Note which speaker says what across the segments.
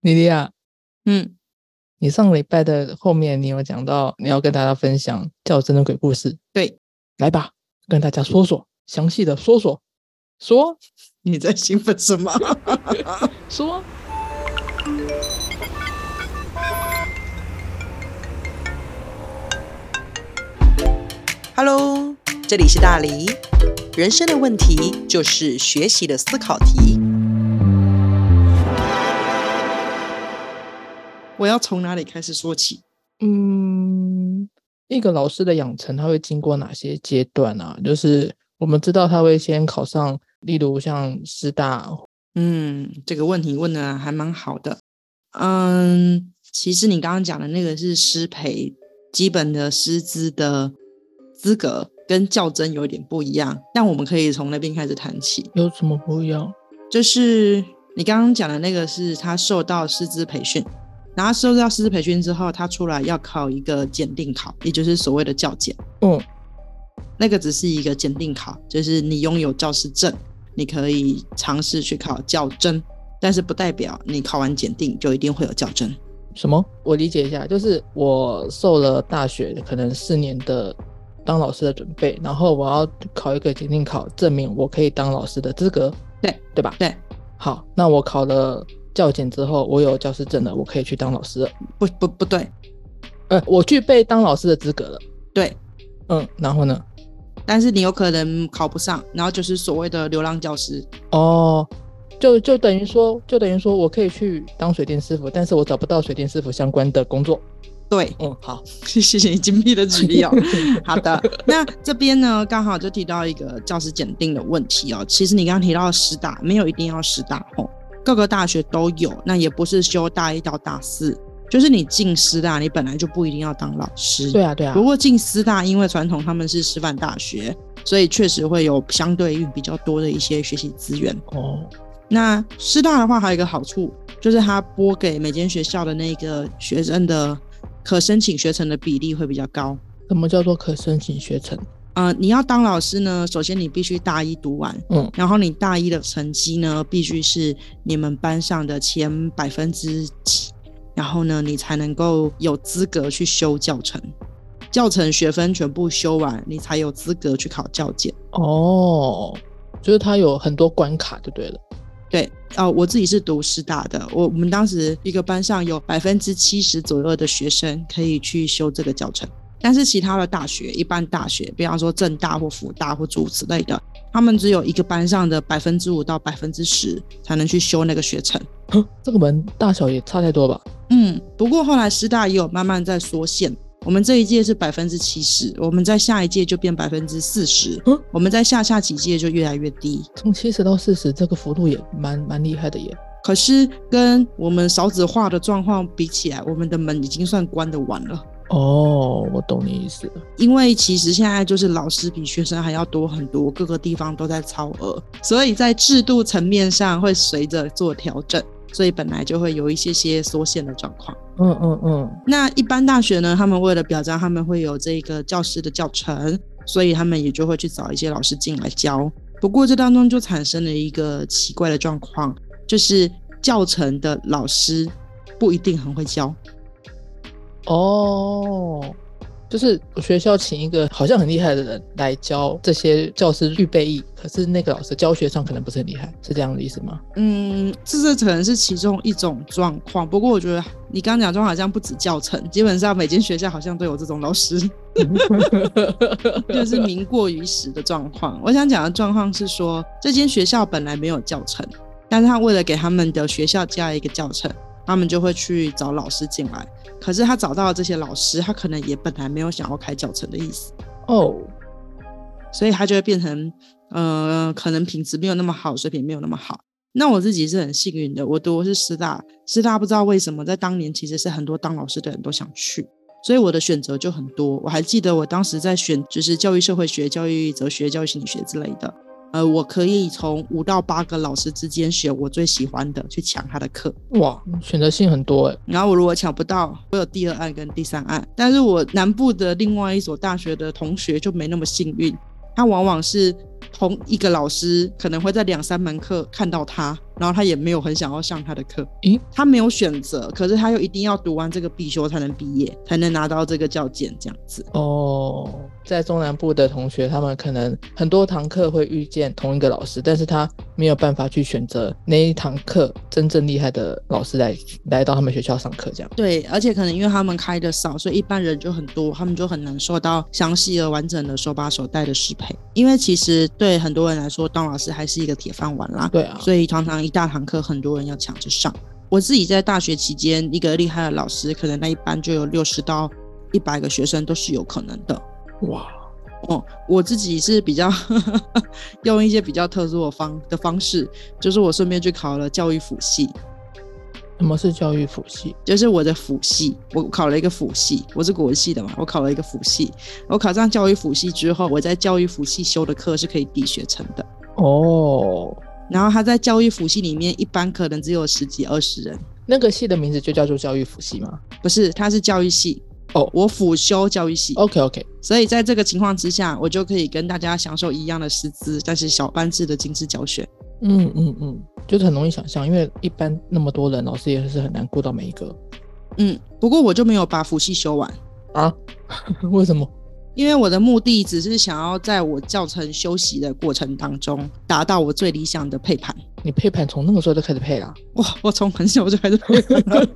Speaker 1: 莉莉亚，
Speaker 2: 嗯，
Speaker 1: 你上个礼拜的后面，你有讲到你要跟大家分享较真的鬼故事，
Speaker 2: 对，
Speaker 1: 来吧，跟大家说说，详细的说说，说
Speaker 2: 你在兴奋什么？
Speaker 1: 说。
Speaker 2: Hello，这里是大黎。人生的问题就是学习的思考题。我要从哪里开始说起？
Speaker 1: 嗯，一个老师的养成，他会经过哪些阶段啊？就是我们知道他会先考上，例如像师大，
Speaker 2: 嗯，这个问题问的还蛮好的。嗯，其实你刚刚讲的那个是师培基本的师资的资格，跟较真有一点不一样。但我们可以从那边开始谈起。
Speaker 1: 有什么不一样？
Speaker 2: 就是你刚刚讲的那个是他受到师资培训，然后受到师资培训之后，他出来要考一个检定考，也就是所谓的教检。
Speaker 1: 嗯，
Speaker 2: 那个只是一个检定考，就是你拥有教师证，你可以尝试去考教甄，但是不代表你考完检定就一定会有教甄。
Speaker 1: 什么？我理解一下，就是我受了大学可能四年的当老师的准备，然后我要考一个检定考，证明我可以当老师的资格，
Speaker 2: 对
Speaker 1: 对吧？
Speaker 2: 对，
Speaker 1: 好，那我考了教检之后，我有教师证了，我可以去当老师了，
Speaker 2: 不不不对，
Speaker 1: 呃，我具备当老师的资格了。
Speaker 2: 对，
Speaker 1: 嗯，然后呢？
Speaker 2: 但是你有可能考不上，然后就是所谓的流浪教师。
Speaker 1: 哦，就就等于说，就等于说我可以去当水电师傅，但是我找不到水电师傅相关的工作。
Speaker 2: 对，
Speaker 1: 嗯，好，
Speaker 2: 谢谢你精辟的举 例哦。好的，那这边呢，刚好就提到一个教师检定的问题哦。其实你刚刚提到的师大没有一定要师大哦，各个大学都有，那也不是修大一到大四，就是你进师大，你本来就不一定要当老师。
Speaker 1: 对啊，对啊
Speaker 2: 不，过进师大，因为传统他们是师范大学，所以确实会有相对应比较多的一些学习资源。
Speaker 1: 哦，
Speaker 2: 那师大的话，还有一个好处就是它拨给每间学校的那个学生的可申请学程的比例会比较高。
Speaker 1: 什么叫做可申请学程？
Speaker 2: 呃，你要当老师呢，首先你必须大一读完，
Speaker 1: 嗯，
Speaker 2: 然后你大一的成绩呢，必须是你们班上的前百分之几，然后呢，你才能够有资格去修教程，教程学分全部修完，你才有资格去考教检。
Speaker 1: 哦，就是它有很多关卡，就对了。
Speaker 2: 对，呃，我自己是读师大的，我我们当时一个班上有百分之七十左右的学生可以去修这个教程，但是其他的大学，一般大学，比方说政大或辅大或诸如此类的，他们只有一个班上的百分之五到百分之十才能去修那个学程。
Speaker 1: 哼这个门大小也差太多吧？
Speaker 2: 嗯，不过后来师大也有慢慢在缩限。我们这一届是百分之七十，我们在下一届就变百分之四十
Speaker 1: 嗯，
Speaker 2: 我们在下下几届就越来越低。
Speaker 1: 从七十到四十，这个幅度也蛮蛮厉害的耶。
Speaker 2: 可是跟我们少子化的状况比起来，我们的门已经算关得完了。
Speaker 1: 哦，我懂你意思了。
Speaker 2: 因为其实现在就是老师比学生还要多很多，各个地方都在超额，所以在制度层面上会随着做调整，所以本来就会有一些些缩限的状况。
Speaker 1: 嗯嗯嗯，
Speaker 2: 那一般大学呢，他们为了表彰他们会有这个教师的教程，所以他们也就会去找一些老师进来教。不过这当中就产生了一个奇怪的状况，就是教程的老师不一定很会教。
Speaker 1: 哦，就是学校请一个好像很厉害的人来教这些教师预备役，可是那个老师教学上可能不是很厉害，是这样的意思 吗？
Speaker 2: 嗯，这这可能是其中一种状况。不过我觉得你刚刚讲的状况好像不止教程，基本上每间学校好像都有这种老师。 就是名过于实的状况。我想讲的状况是说，这间学校本来没有教程，但是他为了给他们的学校加一个教程，他们就会去找老师进来。可是他找到的这些老师，他可能也本来没有想要开教程的意思，
Speaker 1: 哦，
Speaker 2: 所以他就会变成，呃，可能品质没有那么好，水平没有那么好。那我自己是很幸运的，我读的是师大，师大不知道为什么在当年其实是很多当老师的人都想去，所以我的选择就很多。我还记得我当时在选就是教育社会学、教育哲学、教育心理学之类的，呃，我可以从五到八个老师之间选我最喜欢的，去抢他的课。
Speaker 1: 哇，选择性很多哎。
Speaker 2: 然后我如果抢不到，我有第二案跟第三案。但是我南部的另外一所大学的同学就没那么幸运，他往往是同一个老师可能会在两三门课看到他，然后他也没有很想要上他的课，
Speaker 1: 咦
Speaker 2: 他没有选择，可是他又一定要读完这个必修才能毕业，才能拿到这个教件这样子。
Speaker 1: 哦，在中南部的同学，他们可能很多堂课会遇见同一个老师，但是他没有办法去选择那一堂课真正厉害的老师来来到他们学校上课，这样。
Speaker 2: 对，而且可能因为他们开的少，所以一般人就很多，他们就很难受到详细而完整的手把手带的适配。因为其实对很多人来说，当老师还是一个铁饭碗啦，
Speaker 1: 对啊，
Speaker 2: 所以常常一大堂课很多人要抢着上。我自己在大学期间，一个厉害的老师，可能那一班就有六十到一百个学生都是有可能的。
Speaker 1: 哇，
Speaker 2: 哦，我自己是比较 用一些比较特殊的方的方式，就是我顺便去考了教育辅系，
Speaker 1: 什么是教育辅系？
Speaker 2: 就是我的辅系，我考了一个辅系，我是国文系的嘛，我考了一个辅系，我考上教育辅系之后，我在教育辅系修的课是可以抵学成的。
Speaker 1: 哦，
Speaker 2: 然后他在教育辅系里面，一般可能只有十几二十人，
Speaker 1: 那个系的名字就叫做教育辅系吗
Speaker 2: 不是，他是教育系
Speaker 1: 哦
Speaker 2: 我辅修教育系
Speaker 1: ？OK OK，
Speaker 2: 所以在这个情况之下，我就可以跟大家享受一样的师资，但是小班制的精致教学。
Speaker 1: 嗯嗯嗯，就是很容易想象，因为一般那么多人，老师也是很难顾到每一个
Speaker 2: 嗯，不过我就没有把辅系修完，
Speaker 1: 啊。 为什么？
Speaker 2: 因为我的目的只是想要在我教程修习的过程当中，达到我最理想的配盘。
Speaker 1: 你配盘从那个时候就开始配啦？啊
Speaker 2: 哇，我从很小就开始配盘了，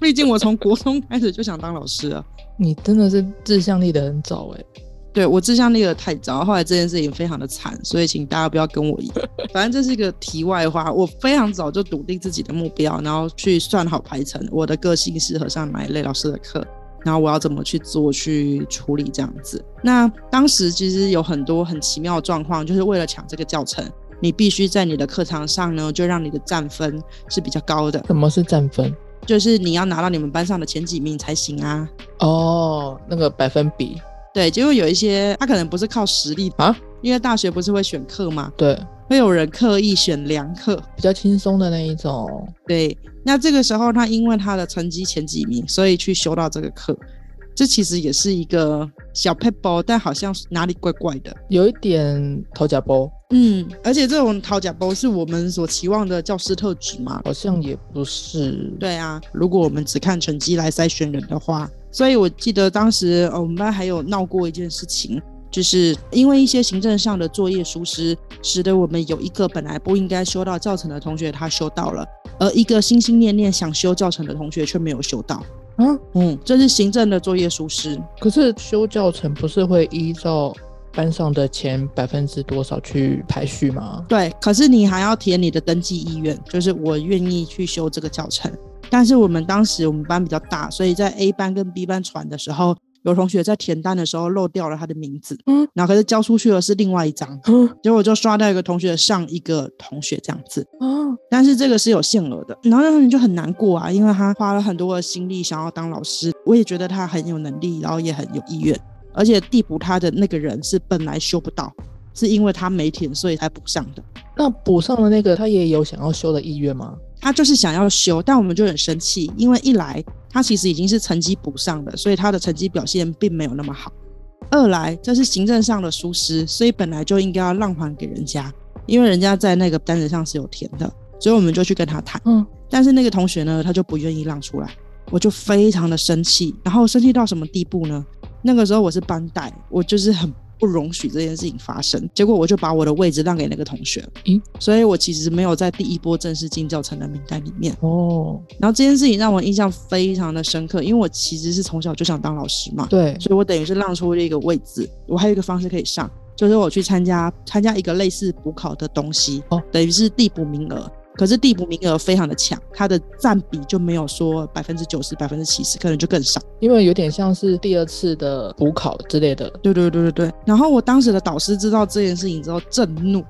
Speaker 2: 毕竟我从国中开始就想当老师了。
Speaker 1: 你真的是志向立得很早哎、
Speaker 2: 对我志向立得太早，后来这件事情非常的惨，所以请大家不要跟我一样。反正这是一个题外话，我非常早就笃定自己的目标，然后去算好排程，我的个性适合上哪一类老师的课，然后我要怎么去做去处理这样子。那当时其实有很多很奇妙的状况，就是为了抢这个教程，你必须在你的课堂上呢，就让你的占分是比较高的，
Speaker 1: 什么是占分？
Speaker 2: 就是你要拿到你们班上的前几名才行啊。
Speaker 1: 哦，那个百分比，
Speaker 2: 对，结果有一些他可能不是靠实力
Speaker 1: 啊，
Speaker 2: 因为大学不是会选课嘛，
Speaker 1: 对，
Speaker 2: 会有人刻意选良课。
Speaker 1: 比较轻松的那一种。
Speaker 2: 对，那这个时候他因为他的成绩前几名，所以去修到这个课，这其实也是一个小 p e b b l 但好像哪里怪怪的。
Speaker 1: 有一点讨假包，
Speaker 2: 嗯，而且这种讨假包是我们所期望的教师特质嘛？
Speaker 1: 好像也不是。，
Speaker 2: 对啊，如果我们只看成绩来筛选人的话，所以我记得当时呃我们班还有闹过一件事情，就是因为一些行政上的作业疏失，使得我们有一个本来不应该修到教程的同学他修到了，而一个心心念念想修教程的同学却没有修到。
Speaker 1: 啊，
Speaker 2: 嗯，这是行政的作业疏失。
Speaker 1: 可是修教程不是会依照班上的前百分之多少去排序吗？
Speaker 2: 对，可是你还要填你的登记意愿，就是我愿意去修这个教程。但是我们当时我们班比较大，所以在 A 班跟 B 班传的时候，有同学在填单的时候漏掉了他的名字，
Speaker 1: 嗯，
Speaker 2: 然后可是交出去的是另外一张，
Speaker 1: 啊
Speaker 2: 结果就刷到一个同学上一个同学这样子。
Speaker 1: 啊，
Speaker 2: 但是这个是有限额的，然后那个人就很难过啊，因为他花了很多的心力想要当老师，我也觉得他很有能力，然后也很有意愿，而且递补他的那个人是本来修不到，是因为他没填所以才补上的。
Speaker 1: 那补上的那个他也有想要修的意愿吗？
Speaker 2: 他就是想要修，但我们就很生气，因为一来他其实已经是成绩补上的，所以他的成绩表现并没有那么好；二来这是行政上的疏失，所以本来就应该要让还给人家，因为人家在那个单子上是有填的，所以我们就去跟他谈。
Speaker 1: 嗯，
Speaker 2: 但是那个同学呢，他就不愿意让出来，我就非常的生气，然后生气到什么地步呢？那个时候我是班带，我就是很不容许这件事情发生，结果我就把我的位置让给那个同学，
Speaker 1: 咦，
Speaker 2: 所以我其实没有在第一波正式进教程的名单里面。
Speaker 1: 哦，
Speaker 2: 然后这件事情让我印象非常的深刻，因为我其实是从小就想当老师嘛，
Speaker 1: 对，
Speaker 2: 所以我等于是让出了一个位置，我还有一个方式可以上，就是我去参加参加一个类似补考的东西，
Speaker 1: 哦
Speaker 2: 等于是递补名额。可是递补名额非常的强，它的占比就没有说百分之九十、百分之七十，可能就更少。
Speaker 1: 因为有点像是第二次的补考之类的，
Speaker 2: 对对对对对。然后我当时的导师知道这件事情之后震怒，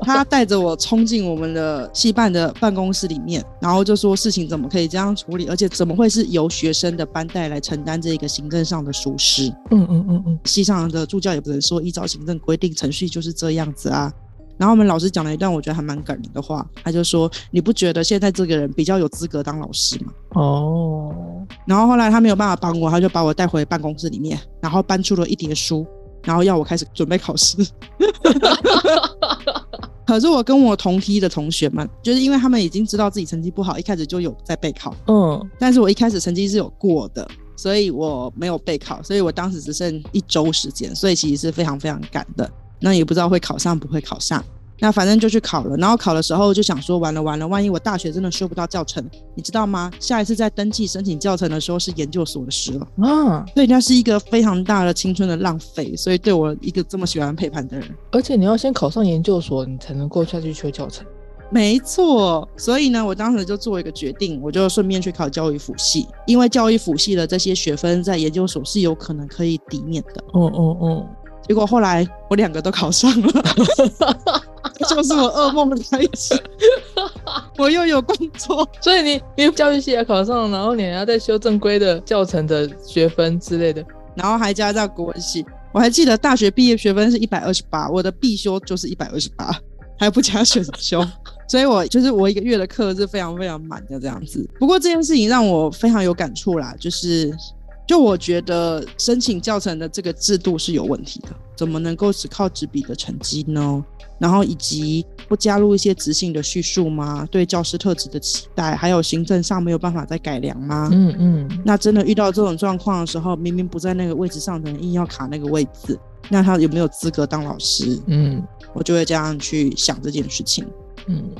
Speaker 2: 他带着我冲进我们的系办的办公室里面，然后就说事情怎么可以这样处理，而且怎么会是由学生的班带来承担这个行政上的疏失？
Speaker 1: 嗯嗯嗯嗯，
Speaker 2: 系上的助教也不能说依照行政规定程序就是这样子啊。然后我们老师讲了一段我觉得还蛮感人的话，他就说：“你不觉得现在这个人比较有资格当老师吗
Speaker 1: 嗯哦，？”
Speaker 2: 然后后来他没有办法帮我，他就把我带回办公室里面，然后搬出了一叠书，然后要我开始准备考试。 可是我跟我同批的同学们，就是因为他们已经知道自己成绩不好，一开始就有在备考，
Speaker 1: 嗯，
Speaker 2: 但是我一开始成绩是有过的，所以我没有备考，所以我当时只剩一周时间，所以其实是非常非常赶的。那也不知道会考上不会考上，那反正就去考了。然后考的时候就想说，完了完了，万一我大学真的修不到教程，你知道吗？下一次在登记申请教程的时候是研究所的事了，
Speaker 1: 啊，
Speaker 2: 所以那是一个非常大的青春的浪费。所以对我一个这么喜欢陪伴的人，
Speaker 1: 而且你要先考上研究所，你才能够下去修教程。
Speaker 2: 没错，所以呢，我当时就做一个决定，我就顺便去考教育辅系，因为教育辅系的这些学分在研究所是有可能可以抵免的。
Speaker 1: 嗯嗯嗯，
Speaker 2: 结果后来我两个都考上了，这就是我噩梦的开始。我又有工作，
Speaker 1: 所以你你教育系也考上了，然后你还要再修正规的教程的学分之类的。
Speaker 2: 然后还加上国文系，我还记得大学毕业学分是一百二十八，我的必修就是一百二十八，还不加选修。所以我就是我一个月的课是非常非常满的这样子。不过这件事情让我非常有感触啦，就是就我觉得申请教程的这个制度是有问题的，怎么能够只靠纸笔的成绩呢？然后以及不加入一些执行的叙述吗？对教师特质的期待，还有行政上没有办法再改良吗？
Speaker 1: 嗯嗯，
Speaker 2: 那真的遇到这种状况的时候，明明不在那个位置上的人硬要卡那个位置，那他有没有资格当老师？
Speaker 1: 嗯
Speaker 2: 我就会这样去想这件事情。
Speaker 1: 嗯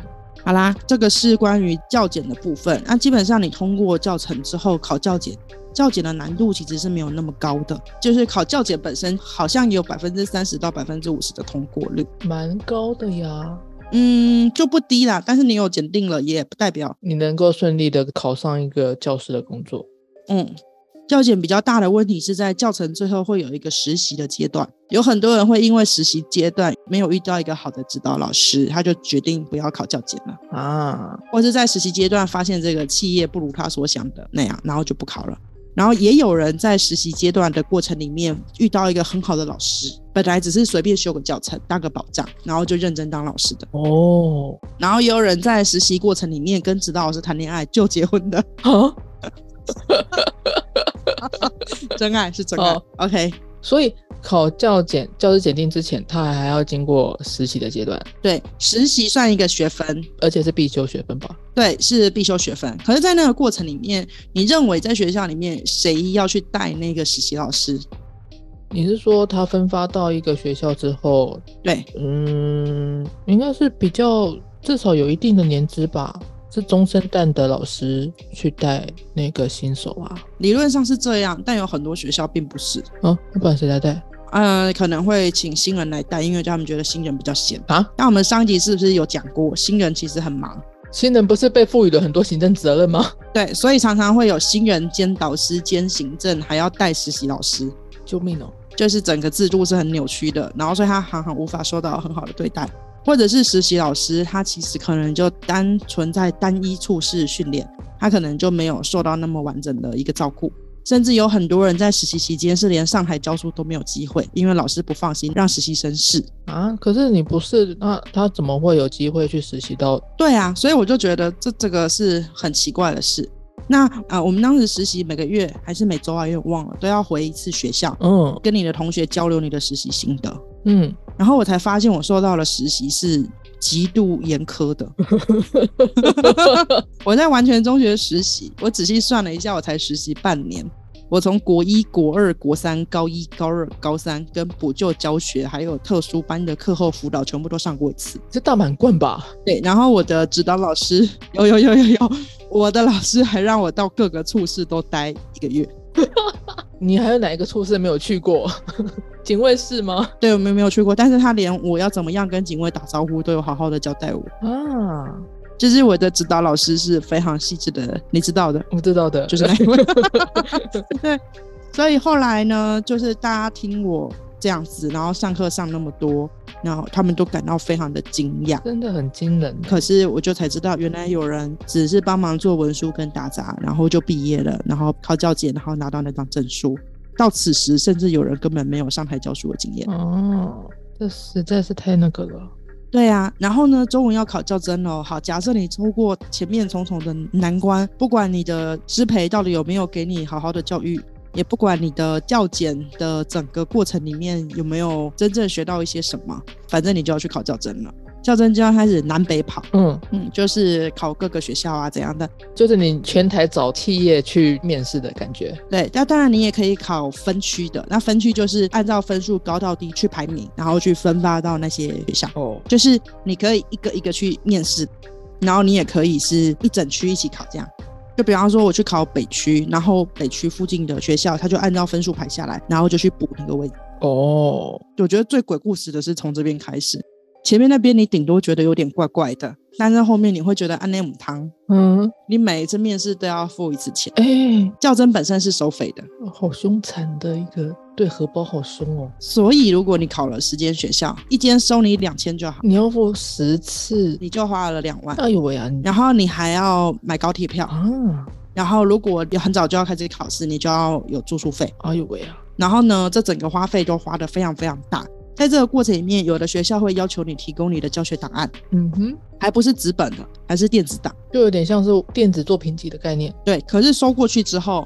Speaker 2: 好啦，这个是关于教检的部分。那基本上你通过教程之后考教检，教检的难度其实是没有那么高的，就是考教检本身好像也有百分之三十到百分之五十的通过率，
Speaker 1: 蛮高的呀。
Speaker 2: 嗯，就不低啦。但是你有检定了，也不代表
Speaker 1: 你能够顺利的考上一个教师的工作。
Speaker 2: 嗯，教检比较大的问题是在教程最后会有一个实习的阶段，有很多人会因为实习阶段没有遇到一个好的指导老师，他就决定不要考教检了，
Speaker 1: 啊，
Speaker 2: 或是在实习阶段发现这个企业不如他所想的那样，然后就不考了。然后也有人在实习阶段的过程里面遇到一个很好的老师，本来只是随便修个教程当个保障，然后就认真当老师的。
Speaker 1: 哦，
Speaker 2: 然后也有人在实习过程里面跟指导老师谈恋爱就结婚的，
Speaker 1: 啊，
Speaker 2: 真爱是真爱。
Speaker 1: 哦
Speaker 2: OK，
Speaker 1: 所以考教检、教师检定之前，他还要经过实习的阶段，
Speaker 2: 对，实习算一个学分，
Speaker 1: 而且是必修学分吧？
Speaker 2: 对，是必修学分。可是，在那个过程里面，你认为在学校里面谁要去带那个实习老师？
Speaker 1: 你是说他分发到一个学校之后，
Speaker 2: 对，
Speaker 1: 嗯，应该是比较至少有一定的年资吧？是中生代的老师去带那个新手啊？
Speaker 2: 理论上是这样，但有很多学校并不是。
Speaker 1: 啊，那不然谁来带？
Speaker 2: 呃，可能会请新人来带，因为他们觉得新人比较闲
Speaker 1: 啊。
Speaker 2: 那我们上一集是不是有讲过，新人其实很忙？
Speaker 1: 新人不是被赋予了很多行政责任吗？
Speaker 2: 对，所以常常会有新人兼导师兼行政，还要带实习老师，
Speaker 1: 救命哦！
Speaker 2: 就是整个制度是很扭曲的，然后所以他常常无法受到很好的对待，或者是实习老师他其实可能就单纯在单一处室训练，他可能就没有受到那么完整的一个照顾，甚至有很多人在实习期间是连上台教书都没有机会，因为老师不放心让实习生试。
Speaker 1: 啊，可是你不是，那他怎么会有机会去实习到？
Speaker 2: 对啊，所以我就觉得这这个是很奇怪的事。那啊、呃我们当时实习每个月还是每周啊，有点忘了，都要回一次学校，
Speaker 1: 嗯
Speaker 2: 跟你的同学交流你的实习心得。
Speaker 1: 嗯，
Speaker 2: 然后我才发现我受到了实习是极度严苛的。我在完全中学实习，我仔细算了一下，我才实习半年。我从国一、国二、国三、高一、高二、高三跟补救教学，还有特殊班的课后辅导，全部都上过一次。
Speaker 1: 是大满贯吧？
Speaker 2: 对，然后我的指导老师有有有有有，我的老师还让我到各个处室都待一个月。
Speaker 1: 你还有哪一个处室没有去过？ 警卫室吗？
Speaker 2: 对，我们没有去过，但是他连我要怎么样跟警卫打招呼都有好好的交代我。
Speaker 1: 啊，
Speaker 2: 就是我的指导老师是非常细致的，你知道的，
Speaker 1: 我知道的，
Speaker 2: 就是那一位。对，所以后来呢，就是大家听我这样子，然后上课上那么多，然后他们都感到非常的惊讶。
Speaker 1: 真的很惊人。
Speaker 2: 可是我就才知道，原来有人只是帮忙做文书跟打杂，然后就毕业了，然后考教检，然后拿到那张证书。到此时，甚至有人根本没有上台教书的经验。
Speaker 1: 哦，这实在是太那个了。
Speaker 2: 对啊，然后呢，中文要考教真哦。好，假设你通过前面重重的难关，不管你的师培到底有没有给你好好的教育，也不管你的教检的整个过程里面有没有真正学到一些什么，反正你就要去考教真了。较真就要开始南北跑，
Speaker 1: 嗯，
Speaker 2: 嗯，就是考各个学校啊怎样的。
Speaker 1: 就是你全台找企业去面试的感觉。
Speaker 2: 对，那当然你也可以考分区的，那分区就是按照分数高到低去排名，然后去分发到那些学校，
Speaker 1: 哦，
Speaker 2: 就是你可以一个一个去面试，然后你也可以是一整区一起考这样。就比方说我去考北区，然后北区附近的学校，他就按照分数排下来，然后就去补那个位置。
Speaker 1: 哦，
Speaker 2: 我觉得最鬼故事的是从这边开始，前面那边你顶多觉得有点怪怪的，但是后面你会觉得按内母汤，
Speaker 1: 嗯，
Speaker 2: 你每一次面试都要付一次钱。
Speaker 1: 哎、
Speaker 2: 较真本身是收费的，
Speaker 1: 好凶残的一个，对荷包好凶哦。
Speaker 2: 所以如果你考了十间学校，一间收你两千就好，
Speaker 1: 你要付十次，
Speaker 2: 你就花了两万。
Speaker 1: 哎呦喂啊！你
Speaker 2: 然后你还要买高铁票，
Speaker 1: 啊，
Speaker 2: 然后如果你很早就要开始考试，你就要有住宿费。
Speaker 1: 哎呦喂啊！
Speaker 2: 然后呢，这整个花费都花得非常非常大。在这个过程里面，有的学校会要求你提供你的教学档案，
Speaker 1: 嗯哼，
Speaker 2: 还不是纸本的，还是电子档。
Speaker 1: 就有点像是电子作品集的概念，
Speaker 2: 对，可是收过去之后，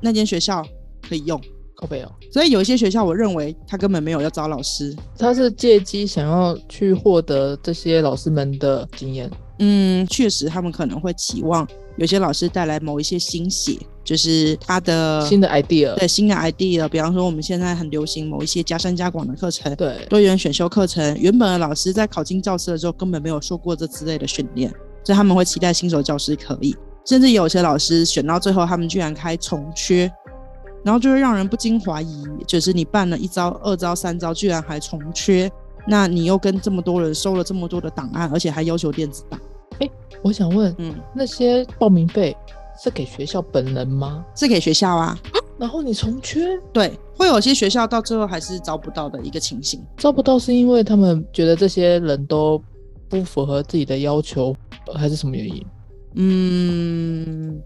Speaker 2: 那间学校可以用。
Speaker 1: 靠背哦。
Speaker 2: 所以有一些学校，我认为他根本没有要招老师。
Speaker 1: 他是借机想要去获得这些老师们的经验。
Speaker 2: 嗯，确实他们可能会期望有些老师带来某一些新血，就是他的
Speaker 1: 新的 idea。
Speaker 2: 对新的 idea。比方说，我们现在很流行某一些加深加广的课程。
Speaker 1: 对
Speaker 2: 多元选修课程，原本的老师在考进教师的时候根本没有受过这之类的训练，所以他们会期待新手教师可以。甚至有些老师选到最后，他们居然开重缺，然后就会让人不禁怀疑，就是你办了一招、二招、三招，居然还重缺，那你又跟这么多人收了这么多的档案，而且还要求电子档，
Speaker 1: 我想问，
Speaker 2: 嗯，
Speaker 1: 那些报名费是给学校本人吗？
Speaker 2: 是给学校啊？
Speaker 1: 然后你重缺
Speaker 2: 对，会有些学校到最后还是招不到的一个情形。
Speaker 1: 招不到，是因为他们觉得这些人都不符合自己的要求，呃还是什么原因？
Speaker 2: 嗯，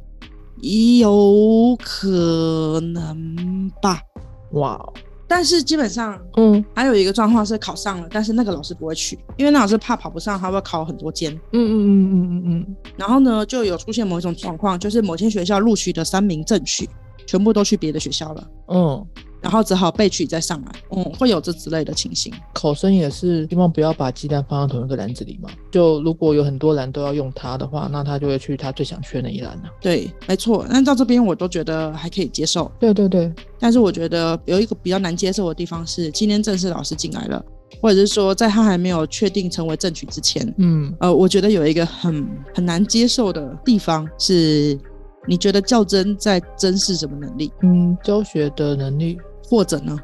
Speaker 2: 有可能吧。
Speaker 1: 哇哦，
Speaker 2: 但是基本上
Speaker 1: 嗯
Speaker 2: 还有一个状况是考上了，但是那个老师不会去，因为那老师怕考不上，他会考很多间。
Speaker 1: 嗯嗯嗯嗯嗯嗯，
Speaker 2: 然后呢，就有出现某一种状况，就是某些学校录取的三名正取，全部都去别的学校了，
Speaker 1: 嗯，
Speaker 2: 然后只好被取再上来。嗯，会有这之类的情形。
Speaker 1: 考生也是希望不要把鸡蛋放在同一个篮子里嘛。就如果有很多篮都要用它的话，那他就会去他最想缺的一篮啊。
Speaker 2: 对，没错。那到这边我都觉得还可以接受，
Speaker 1: 对对对，
Speaker 2: 但是我觉得有一个比较难接受的地方是，今天正式老师进来了，或者是说在他还没有确定成为正取之前，
Speaker 1: 嗯，
Speaker 2: 呃，我觉得有一个很很难接受的地方是，你觉得较真在真是什么能力，
Speaker 1: 嗯，教学的能力，
Speaker 2: 或者呢，哦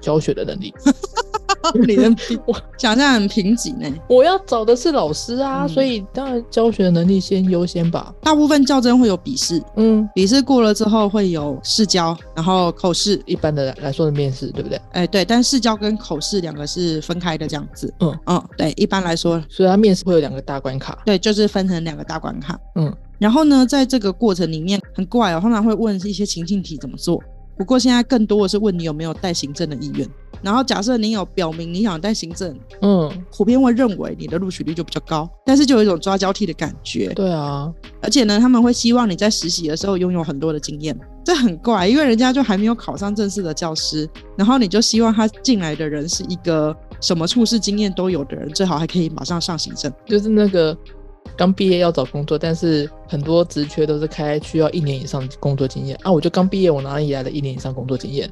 Speaker 1: 教学的能力。
Speaker 2: 你的想象很贫瘠欸呢？
Speaker 1: 我要找的是老师啊，
Speaker 2: 嗯
Speaker 1: 所以当然教学能力先优先吧。
Speaker 2: 大部分较真会有笔试，
Speaker 1: 嗯，
Speaker 2: 笔试过了之后会有试教，然后口试。
Speaker 1: 一般的来来说的面试，对不对？
Speaker 2: 哎，对，但试教跟口试两个是分开的，这样子。
Speaker 1: 嗯
Speaker 2: 嗯，对，一般来说，
Speaker 1: 所以他面试会有两个大关卡。
Speaker 2: 对，就是分成两个大关卡。
Speaker 1: 嗯，
Speaker 2: 然后呢，在这个过程里面很怪哦，通常会问一些情境题怎么做。不过现在更多的是问你有没有带行政的意愿。然后假设你有表明你想带行政，
Speaker 1: 嗯，
Speaker 2: 普遍会认为你的录取率就比较高，但是就有一种抓交替的感觉。
Speaker 1: 对啊，
Speaker 2: 而且呢，他们会希望你在实习的时候拥有很多的经验，这很怪，因为人家就还没有考上正式的教师，然后你就希望他进来的人是一个什么处事经验都有的人，最好还可以马上上行政。
Speaker 1: 就是那个刚毕业要找工作，但是很多职缺都是开需要一年以上工作经验啊。我就刚毕业，我哪里来的一年以上工作经验？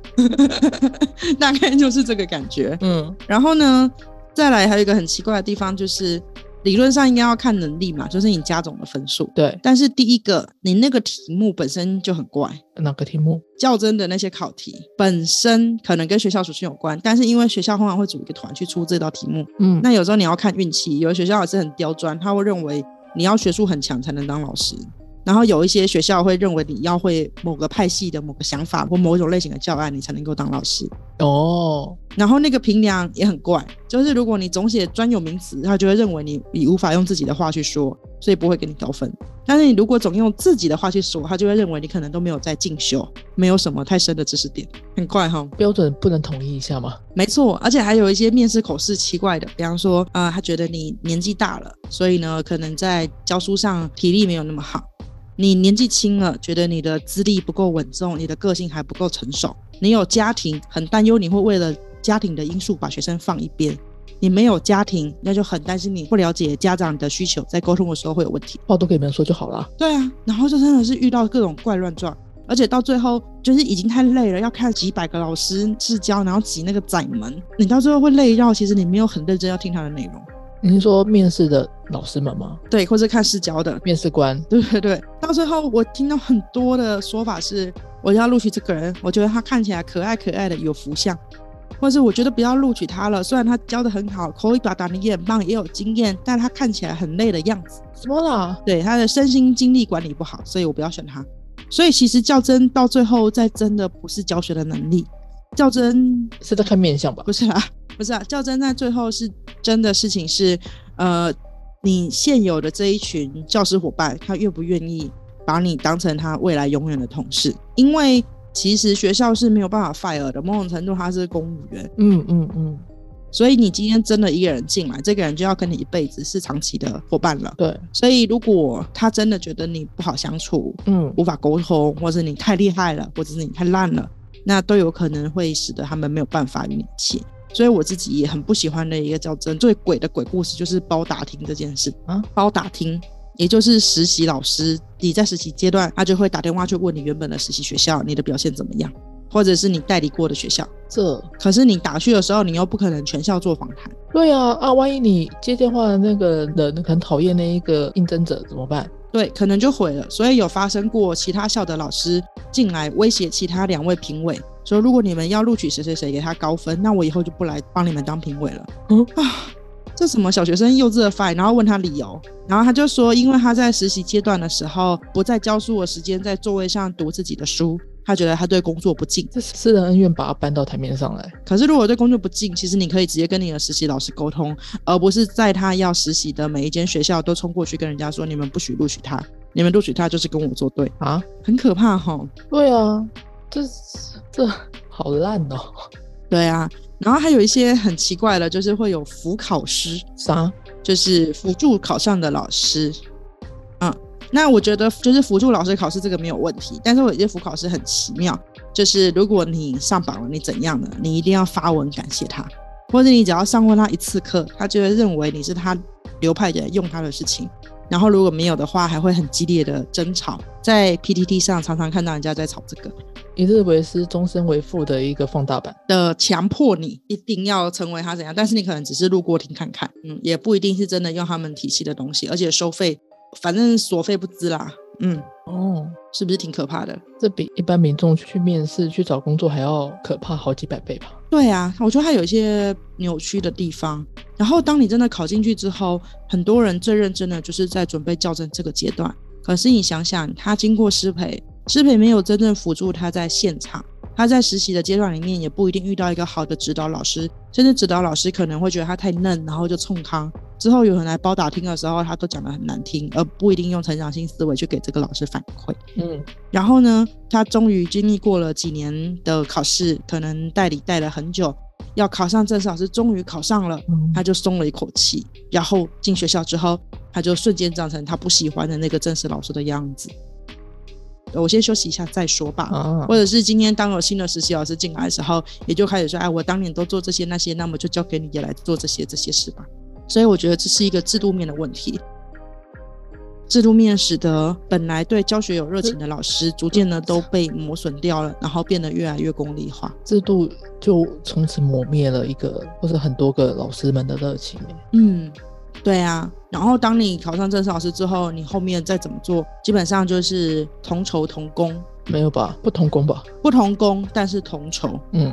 Speaker 2: 大概就是这个感觉。
Speaker 1: 嗯
Speaker 2: 然后呢，再来还有一个很奇怪的地方，就是理论上应该要看能力嘛，就是你加总的分数。
Speaker 1: 对，
Speaker 2: 但是第一个，你那个题目本身就很怪，
Speaker 1: 哪个题目？
Speaker 2: 较真的那些考题本身可能跟学校属性有关，但是因为学校通常会组一个团去出这道题目，
Speaker 1: 嗯，
Speaker 2: 那有时候你要看运气，有的学校也是很刁钻，他会认为你要学术很强才能当老师。然后有一些学校会认为你要会某个派系的某个想法或某种类型的教案，你才能够当老师。
Speaker 1: 哦，
Speaker 2: 然后那个评量也很怪，就是如果你总写专有名词，他就会认为你你无法用自己的话去说，所以不会给你高分。但是你如果总用自己的话去说，他就会认为你可能都没有在进修，没有什么太深的知识点，很怪哈。
Speaker 1: 标准不能统一一下吗？嗯
Speaker 2: 没错，而且还有一些面试口试奇怪的，比方说，啊、他觉得你年纪大了，所以呢，可能在教书上体力没有那么好；你年纪轻了，觉得你的资历不够稳重，你的个性还不够成熟；你有家庭，很担忧你会为了家庭的因素把学生放一边。你没有家庭，那就很担心你不了解家长的需求，在沟通的时候会有问题。
Speaker 1: 话都给别人说就好了。
Speaker 2: 对啊，然后就真的是遇到各种怪乱撞，而且到最后就是已经太累了，要看几百个老师试教，然后挤那个窄门，你到最后会累到，其实你没有很认真要听他的内容。
Speaker 1: 你是说面试的老师们吗？
Speaker 2: 对，或是看试教的，
Speaker 1: 面试官
Speaker 2: 对对对，到最后我听到很多的说法是，我要录取这个人，我觉得他看起来可爱可爱的，有福相，或是我觉得不要录取他了，虽然他教的很好，口语表达能力很棒，也有经验，但他看起来很累的样子，
Speaker 1: 什么啦？
Speaker 2: 对他的身心精力管理不好，所以我不要选他。所以其实较真到最后，在真的不是教学的能力，较真
Speaker 1: 是在看面相吧？
Speaker 2: 不是啦，不是啦，较真在最后是真的事情是，呃，你现有的这一群教师伙伴，他愿不愿意把你当成他未来永远的同事？因为其实学校是没有办法 fire 的，某种程度他是公务员，
Speaker 1: 嗯嗯嗯，
Speaker 2: 所以你今天真的一个人进来，这个人就要跟你一辈子是长期的伙伴了。
Speaker 1: 对，
Speaker 2: 所以如果他真的觉得你不好相处，
Speaker 1: 嗯，
Speaker 2: 无法沟通，或者你太厉害了，或者是你太烂了，那都有可能会使得他们没有办法与你切。所以我自己也很不喜欢的一个叫真最鬼的鬼故事，就是包打听这件事
Speaker 1: 啊
Speaker 2: 包打听，也就是实习老师，你在实习阶段，他就会打电话去问你原本的实习学校你的表现怎么样，或者是你代理过的学校。
Speaker 1: 这嗯
Speaker 2: 可是你打去的时候，你又不可能全校做访谈，
Speaker 1: 对啊啊！万一你接电话的那个人很讨厌那一个应征者怎么办？
Speaker 2: 对，可能就毁了。所以有发生过其他校的老师进来威胁其他两位评委，说如果你们要录取谁谁谁给他高分，那我以后就不来帮你们当评委了。
Speaker 1: 嗯
Speaker 2: 啊，这什么小学生幼稚的 fight？然后问他理由，然后他就说，因为他在实习阶段的时候不在教书的时间，在座位上读自己的书，他觉得他对工作不敬。
Speaker 1: 这私人恩怨把它搬到台面上来，
Speaker 2: 可是如果对工作不敬，其实你可以直接跟你的实习老师沟通，而不是在他要实习的每一间学校都冲过去跟人家说你们不许录取他，你们录取他就是跟我作对，
Speaker 1: 啊？
Speaker 2: 很可怕哈。
Speaker 1: 对啊，这这好烂哦！
Speaker 2: 对啊，然后还有一些很奇怪的，就是会有辅考师，
Speaker 1: 啥？
Speaker 2: 就是辅助考上的老师。嗯，那我觉得就是辅助老师考试这个没有问题，但是我有些辅考师很奇妙，就是如果你上榜了，你怎样呢？你一定要发文感谢他，或者你只要上过他一次课，他就会认为你是他流派的人用他的事情。然后如果没有的话，还会很激烈的争吵，在 PTT 上常常看到人家在吵这个。
Speaker 1: 一日为师，终身为父的一个放大版。
Speaker 2: 的呃强迫你一定要成为他怎样，但是你可能只是路过听看看，嗯，也不一定是真的用他们体系的东西，而且收费反正所费不赀啦，嗯，
Speaker 1: 哦，
Speaker 2: 是不是挺可怕的？
Speaker 1: 这比一般民众去面试、去找工作还要可怕好几百倍吧？
Speaker 2: 对啊，我觉得它有一些扭曲的地方。然后当你真的考进去之后，很多人最认真的就是在准备校正这个阶段。可是你想想，他经过师培，师培没有真正辅助他在现场，他在实习的阶段里面也不一定遇到一个好的指导老师，甚至指导老师可能会觉得他太嫩，然后就冲康。之后有人来包打听的时候，他都讲得很难听，而不一定用成长性思维去给这个老师反馈。
Speaker 1: 嗯，
Speaker 2: 然后呢，他终于经历过了几年的考试，可能代理带了很久，要考上正式老师，终于考上了，
Speaker 1: 嗯
Speaker 2: 他就松了一口气。然后进学校之后，他就瞬间长成他不喜欢的那个正式老师的样子。呃我先休息一下再说吧。
Speaker 1: 啊，
Speaker 2: 或者是今天当有新的实习老师进来的时候，也就开始说，哎，我当年都做这些那些，那么就交给你也来做这些这些事吧。所以我觉得这是一个制度面的问题。制度面使得本来对教学有热情的老师，逐渐呢都被磨损掉了，然后变得越来越功利化。
Speaker 1: 制度就从此磨灭了一个或是很多个老师们的热情欸。
Speaker 2: 嗯，对啊。然后当你考上正式老师之后，你后面再怎么做，基本上就是同酬同工，
Speaker 1: 没有吧？不同工吧？
Speaker 2: 不同工但是同酬。
Speaker 1: 嗯，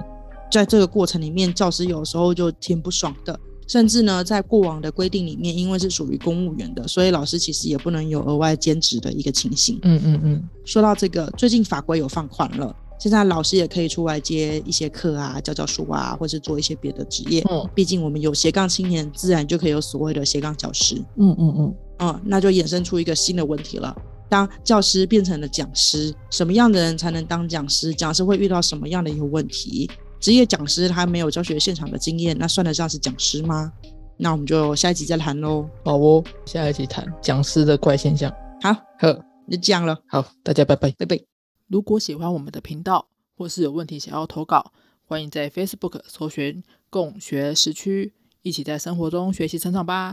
Speaker 2: 在这个过程里面，教师有时候就挺不爽的，甚至呢，在过往的规定里面，因为是属于公务员的，所以老师其实也不能有额外兼职的一个情形。
Speaker 1: 嗯嗯嗯，
Speaker 2: 说到这个，最近法规有放宽了，现在老师也可以出来接一些课啊，教教书啊，或是做一些别的职业。
Speaker 1: 哦，
Speaker 2: 毕竟我们有斜杠青年，自然就可以有所谓的斜杠教师。
Speaker 1: 嗯嗯嗯，
Speaker 2: 嗯，那就衍生出一个新的问题了。当教师变成了讲师，什么样的人才能当讲师？讲师会遇到什么样的一个问题？职业讲师他没有教学现场的经验，那算得上是讲师吗？那我们就下一集再谈喽。
Speaker 1: 好哦，下一集谈讲师的怪现象。
Speaker 2: 好，
Speaker 1: 呵，
Speaker 2: 就这样了，
Speaker 1: 好，大家拜拜。
Speaker 2: 拜拜。
Speaker 1: 如果喜欢我们的频道，或是有问题想要投稿，欢迎在 Facebook 搜寻“共学时区”，一起在生活中学习成长吧。